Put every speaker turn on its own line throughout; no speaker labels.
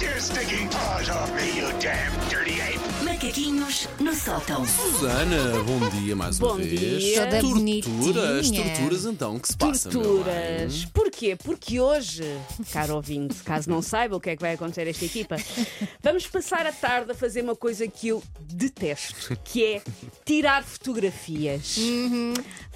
fucking paws off me, you damn dirty ape!
Macaquinhos no sótão.
Susana, bom dia mais uma
Bom
vez.
dia.
Toda
Torturas,
bonitinha.
torturas então, que se passa, meu bem?
Torturas. Porquê? Porque hoje, caro ouvinte, caso não saiba o que é que vai acontecer a esta equipa, vamos passar a tarde a fazer uma coisa que eu detesto, que é tirar fotografias.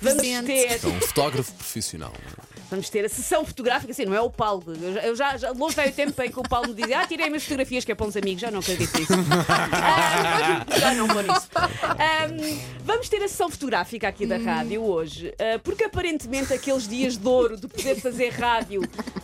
Vamos
Presente.
ter,
É um fotógrafo profissional. não é?
vamos ter a sessão fotográfica, assim, não é o Paulo. Eu já- Eu já, já longe vai o tempo em que o Paulo me diz, ah, tirei minhas fotografias que é para uns amigos, já não acredito nisso. Ah, já não vou nisso. Ahm, vamos ter a sessão fotográfica aqui da rádio hoje, ah, porque aparentemente aqueles dias de ouro de poder fazer rádio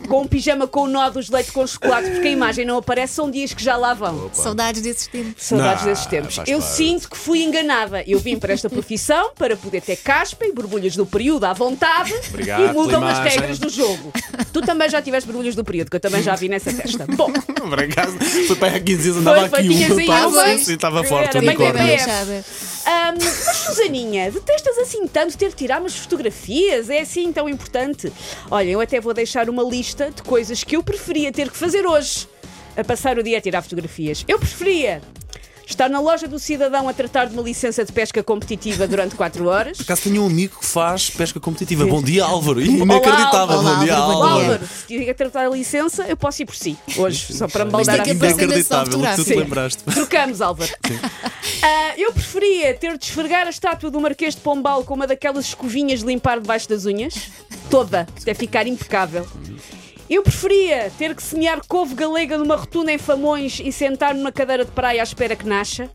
com um pijama com o nó dos leite com chocolate, porque a imagem não aparece, são dias que já lá vão.
Saudades desses tempos.
Saudades
Não,
desses tempos.
faz
Eu
parte.
sinto que fui enganada. Eu vim para esta profissão para poder ter caspa e borbulhas do período à vontade
Obrigado
e mudam
pela
as
imagem.
regras do jogo. Tu também já tiveste borbulhas do período, que eu também já vi nessa festa. Bom,
Por acaso, foi para há 15 dias
Foi, foi, tinhas aí
pá,
uma.
um sim, sim, estava
Era bem
unicórnio.
bebê.
Fechada.
ahm, mas Susaninha, detestas assim tanto ter de tirar umas fotografias? É assim tão importante? Olha, eu até vou deixar uma lista de coisas que eu preferia ter que fazer hoje a passar o dia a tirar fotografias. Eu preferia. Estar na loja do cidadão a tratar de uma licença de pesca competitiva durante 4 horas.
Por acaso tenho um amigo que faz pesca competitiva. Bom dia, Álvaro. Inacreditável.
Olá,
bom dia,
Álvaro, bom
Álvaro.
dia.
Álvaro, se tiver que tratar a licença, eu posso ir por si hoje, só para me
Isto
baldar
é
a
que
frente.
aparece-
Inacreditável o que tu te
Sim.
lembraste.
Trocamos, Álvaro. Ah, eu preferia ter de esfregar a estátua do Marquês de Pombal com uma daquelas escovinhas de limpar debaixo das unhas, toda, até ficar impecável. Eu preferia ter que semear couve galega numa rotunda em Famões e sentar-me numa cadeira de praia à espera que nasça.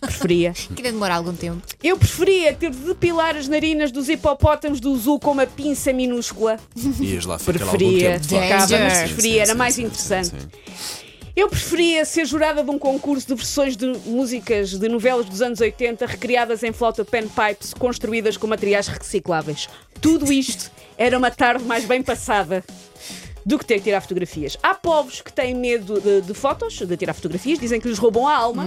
Preferia.
Que vai demorar algum tempo.
Eu preferia ter de depilar as narinas dos hipopótamos do zoo com uma pinça minúscula.
Ias lá ficar algum
Preferia,
tempo. claro.
ficava, mas
Sim, sim,
preferia, era mais interessante.
sim, sim.
Eu preferia ser jurada de um concurso de versões de músicas de novelas dos anos 80 recriadas em flauta panpipes construídas com materiais recicláveis. Tudo isto era uma tarde mais bem passada do que ter que tirar fotografias. Há povos que têm medo de, de fotos, de tirar fotografias, dizem que lhes roubam a alma.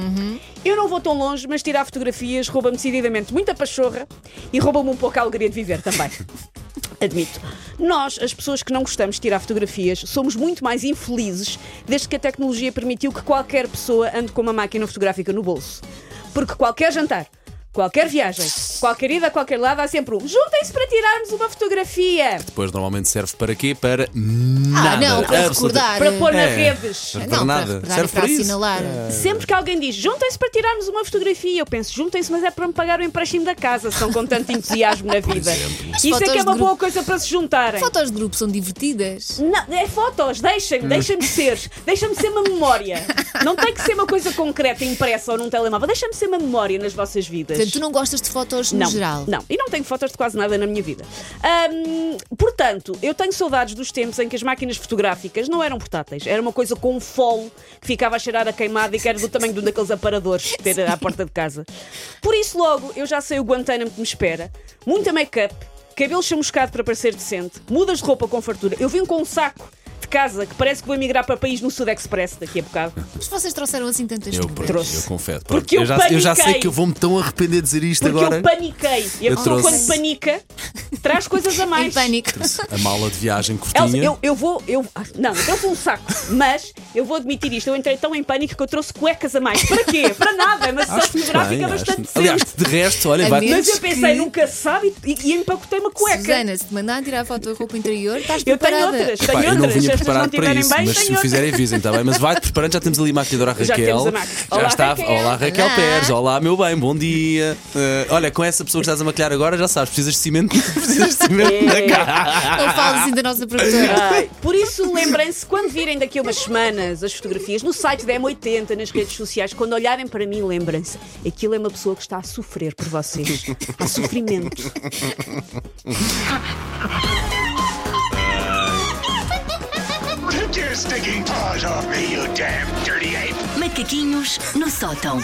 Eu não vou tão longe, mas tirar fotografias rouba-me decididamente muita pachorra e rouba-me um pouco a alegria de viver também. Admito. Nós, as pessoas que não gostamos de tirar fotografias, somos muito mais infelizes desde que a tecnologia permitiu que qualquer pessoa ande com uma máquina fotográfica no bolso. Porque qualquer jantar, qualquer viagem, qualquer ida a qualquer lado, há sempre um. Juntem-se para tirarmos uma fotografia!
Depois normalmente serve para quê? Para nada.
ah, não,
absolutamente.
para recordar. eh,
Para pôr nas
É.
redes.
Serve
Não,
para
para
nada.
recordar e
serve
para
isso.
assinalar.
Sempre que alguém diz juntem-se para tirarmos uma fotografia, eu penso juntem-se, mas é para me pagar o empréstimo da casa, são com tanto entusiasmo na vida. Isso é
fotos
que é
de
uma
grupo-
boa coisa para se juntarem.
Fotos de grupo são divertidas.
Não, é fotos, deixem-me, deixem-me ser. Deixem-me ser uma memória. Não tem que ser uma coisa concreta, impressa ou num telemóvel. Deixem-me ser uma memória nas vossas vidas.
Portanto, tu não gostas de fotos
não,
no geral.
não, e não tenho fotos de quase nada na minha vida. Ahm, portanto, eu tenho saudades dos tempos em que as máquinas fotográficas não eram portáteis, era uma coisa com um fole que ficava a cheirar a queimada e que era do tamanho de um daqueles aparadores que ter à porta de casa. Por isso, logo, eu já sei o Guantánamo que me espera, muita make-up, cabelo chamuscado para parecer decente, mudas de roupa com fartura. Eu vim com um saco de casa que parece que vou emigrar para país no Sud Express daqui a bocado.
Mas vocês trouxeram assim tantas
Eu,
coisas.
pronto,
Trouxe.
eu confesso. Pronto,
Porque eu
já, já sei
paniquei.
que eu vou-me tão arrepender de dizer isto
Porque
agora.
eu paniquei. E a
Eu
pessoa,
trouxe.
quando panica, traz coisas a mais.
Em pânico.
A mala de viagem
Elsa,
curtinha.
eu, eu vou. Eu, ah, não, eu trouxe um saco, mas eu vou admitir isto. Eu entrei tão em pânico que eu trouxe cuecas a mais. Para quê? Para nada. É uma sessão
Acho muito
fotográfica
bem,
bastante
acho- Aliás,
decente.
de resto, olha,
A
vai.
menos-
Mas eu pensei,
que-
nunca sabe, e, e empacotei uma cueca.
Susana, se te mandar tirar a foto da roupa interior, estás
eu tenho
preparada.
outras, tenho
Pá, eu
outras.
não
Se
vinha
as pessoas não
preparado para
estiverem
isso,
bem,
mas
tenho
se o
outras.
fizerem avisem, está bem? Mas vai-te preparando, já temos ali a maquilhadora
Já
Raquel.
temos a maquilhadora.
Já
Olá,
está.
Raquel.
Olá, Raquel
Olá.
Pérez. Olá, meu bem, bom dia. Eh, olha, com essa pessoa que estás a maquilhar agora, já sabes, precisas de cimento, precisas de cimento
É.
na cara.
Não fales assim da nossa produtora.
Ai, Tá. por isso, lembrem-se, quando virem daqui a umas semanas as fotografias no site da M80, nas redes sociais, quando olharem para mim, lembrem-se, aquilo é uma pessoa que está a sofrer por vocês. Há sofrimento.
Take your stinking paws off me, you damn dirty ape!
Macaquinhos no sótão.